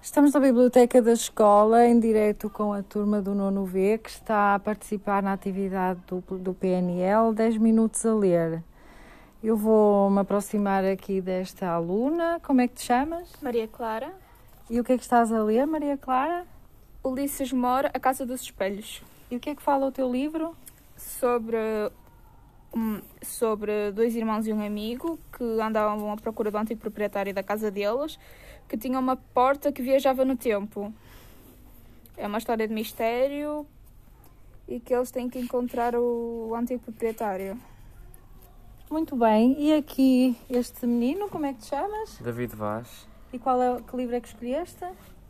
Estamos na biblioteca da escola, em direto com a turma do nono V, que está a participar na atividade do, do PNL 10 minutos a ler. Eu vou me aproximar aqui desta aluna. Como é que te chamas? Maria Clara, E o que é que estás a ler, Maria Clara? Ulisses Moore, A Casa dos Espelhos, E o que é que fala o teu livro? sobre, hum, sobre dois irmãos e um amigo que andavam à procura do antigo proprietário da casa deles, que tinha uma porta que viajava no tempo. É uma história de mistério e que eles têm que encontrar o antigo proprietário. Muito bem. E aqui este menino, como é que te chamas? David Vaz, E qual é o que livro é que escolheste?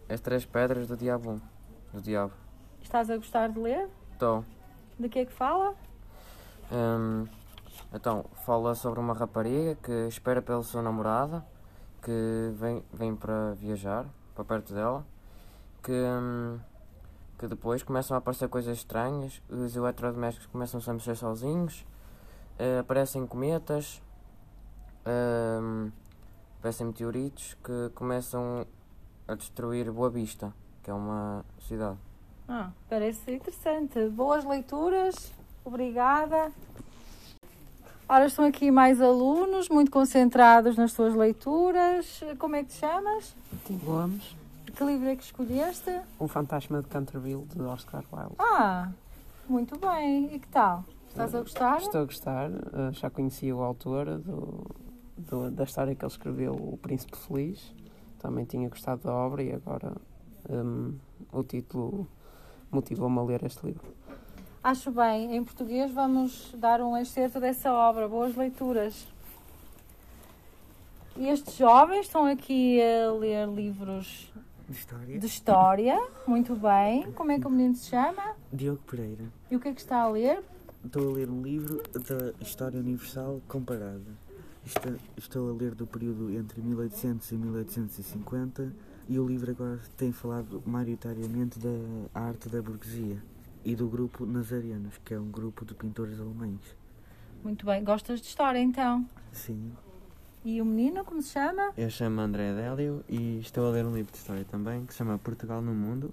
As Três Pedras do Diabo. um, Do Diabo. Estás a gostar de ler? Então, De que é que fala? hum, então, fala sobre uma rapariga que espera pelo seu namorado, que vem, vem para viajar, para perto dela, que, hum, que depois começam a aparecer coisas estranhas, os eletrodomésticos começam-se a mexer sozinhos, eh, aparecem cometas, hum, aparecem meteoritos que começam a destruir Boa Vista, que é uma cidade. Ah, parece interessante. Boas leituras. Obrigada. Ora, estão aqui mais alunos, muito concentrados nas suas leituras. Como é que te chamas? Tim Gomes, Que livro é que escolheste? O Fantasma de Canterville, de Oscar Wilde. Ah, muito bem. E que tal? Estás a gostar? Estou a gostar, eh, já conhecia o autor do, do- da história que ele escreveu, O Príncipe Feliz. Também tinha gostado da obra e agora hum, o título motivou-me a ler este livro. Acho bem. Em português vamos dar um excerto dessa obra. Boas leituras. E estes jovens estão aqui a ler livros De história. de história. Muito bem. Como é que o menino se chama? Diogo Pereira. E o que é que está a ler? Estou a ler um livro da História Universal Comparada. Esta- Estou a ler do período entre 1800 e 1850 e o livro agora tem falado maioritariamente da arte da burguesia e do grupo Nazarenos, que é um grupo de pintores alemães. Muito bem. Gostas de história então? Sim. E o menino, como se chama? Eu chamo André Adélio e estou a ler um livro de história também que se chama Portugal no Mundo,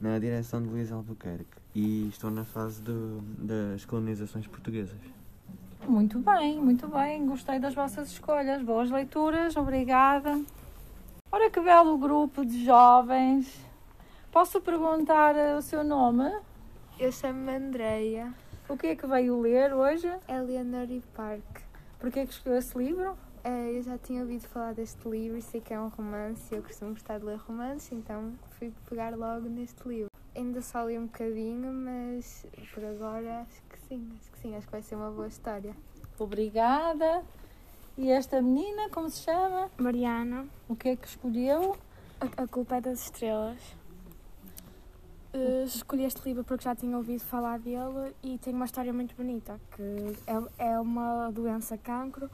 na direção de Luís Albuquerque. E estou na fase do- das colonizações portuguesas. Muito bem, muito bem. Gostei das vossas escolhas. Boas leituras. Obrigada. Ora, que belo grupo de jovens. Posso perguntar eh, o seu nome? Eu chamo-me Andreia, O que é que veio ler hoje? Eleanor e Park. Porquê que escolheu esse livro? Eh, Eu já tinha ouvido falar deste livro e sei que é um romance e eu costumo gostar de ler romances, então fui pegar logo neste livro. Ainda só li um bocadinho, mas por agora acho que sim, acho que sim, acho que vai ser uma boa história. Obrigada. E esta menina, como se chama? Mariana, O que é que escolheu? a, a culpa é das estrelas. Eh, escolhi este livro porque já tinha ouvido falar dele e tem uma história muito bonita, que é, é uma doença cancro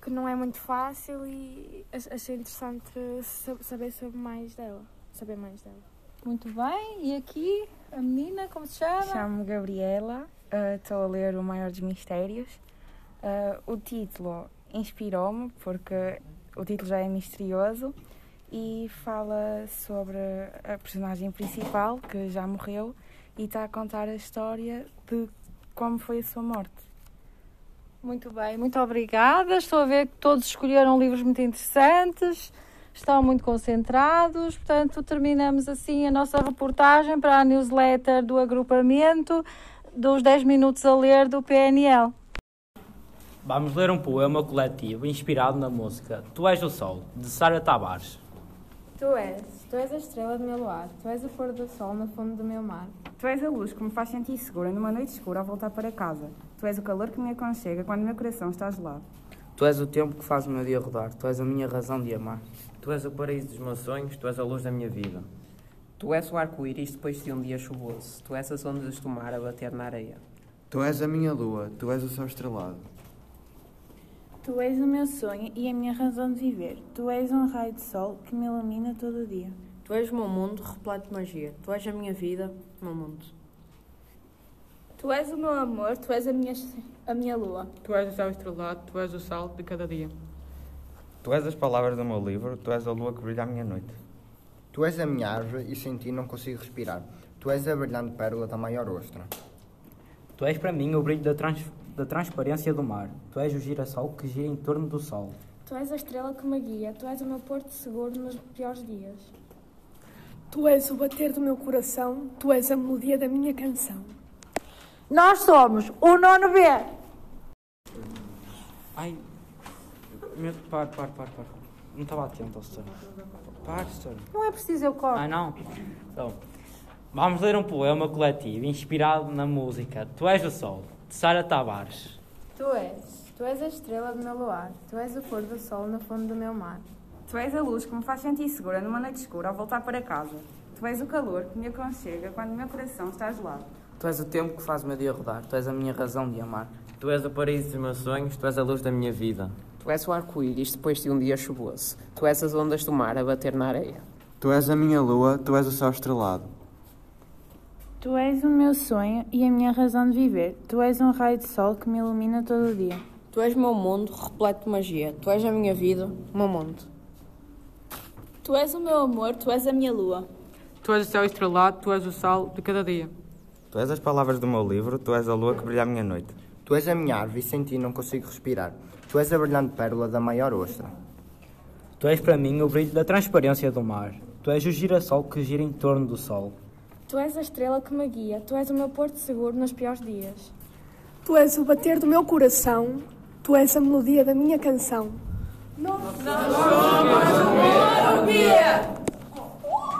que não é muito fácil e a- achei interessante sa- saber sobre mais dela, saber mais dela. Muito bem. E aqui, a menina, como se chama? Chamo-me Gabriela, ah, estou a ler O Maior dos Mistérios. Ah, o título inspirou-me porque o título já é misterioso e fala sobre a personagem principal que já morreu e está a contar a história de como foi a sua morte. Muito bem, muito obrigada. Estou a ver que todos escolheram livros muito interessantes, estão muito concentrados. Portanto, terminamos assim a nossa reportagem para a newsletter do agrupamento dos 10 minutos a ler do PNL. Vamos ler um poema coletivo inspirado na música Tu és o Sol, de Sara Tavares. Tu és, tu és a estrela do meu luar, tu és o pôr do sol no fundo do meu mar. Tu és a luz que me faz sentir segura numa noite escura ao voltar para casa. Tu és o calor que me aconchega quando meu coração está gelado. Tu és o tempo que faz o meu dia rodar, tu és a minha razão de amar. Tu és o paraíso dos meus sonhos, tu és a luz da minha vida. Tu és o arco-íris depois de um dia chuvoso. Tu és as ondas do mar a bater na areia. Tu és a minha lua, tu és o céu estrelado. Tu és o meu sonho e a minha razão de viver. Tu és um raio de sol que me ilumina todo o dia. Tu és o meu mundo repleto de magia. Tu és a minha vida, o meu mundo. Tu és o meu amor, tu és a minha, a minha lua. Tu és o céu estrelado, tu és o sal de cada dia. Tu és as palavras do meu livro, tu és a lua que brilha à minha noite. Tu Tu és a minha árvore e sem ti não consigo respirar. Tu és a brilhante pérola da maior ostra. Tu és para mim o brilho da, trans- da transparência do mar. Tu és o girassol que gira em torno do sol. Tu és a estrela que me guia, tu és o meu porto seguro nos piores dias. Tu és o bater do meu coração, tu és a melodia da minha canção. Nós somos o nono B. Ai. Meu, par, par, par, par. Não estava atento ao senhor. Par, senhor. Não é preciso, eu corto. Ah, não? Então, vamos ler um poema coletivo inspirado na música Tu és o Sol, de Sara Tavares. Tu és, tu és a estrela do meu luar, tu és o pôr do sol no fundo do meu mar. Tu és a luz que me faz sentir segura numa noite escura ao voltar para casa. Tu és o calor que me aconchega quando o meu coração está gelado. Tu és o tempo que faz meu dia rodar, tu és a minha razão de amar. Tu és o paraíso dos meus sonhos, tu és a luz da minha vida. Tu és o arco-íris depois de um dia chuvoso. Tu és as ondas do mar a bater na areia. Tu és a minha lua, tu és o céu estrelado. Tu és o meu sonho e a minha razão de viver. Tu és um raio de sol que me ilumina todo o dia. Tu és meu mundo repleto de magia. Tu és a minha vida, o meu mundo. Tu és o meu amor, tu és a minha lua. Tu és o céu estrelado, tu és o sal de cada dia. Tu és as palavras do meu livro, tu és a lua que brilha à minha noite. Tu és a minha árvore e sem ti não consigo respirar. Tu és a brilhante pérola da maior ostra. Tu és para mim o brilho da transparência do mar. Tu és o girassol que gira em torno do sol. Tu és a estrela que me guia, tu és o meu porto seguro nos piores dias. Tu és o bater do meu coração, tu és a melodia da minha canção. Nós somos o Morumbi!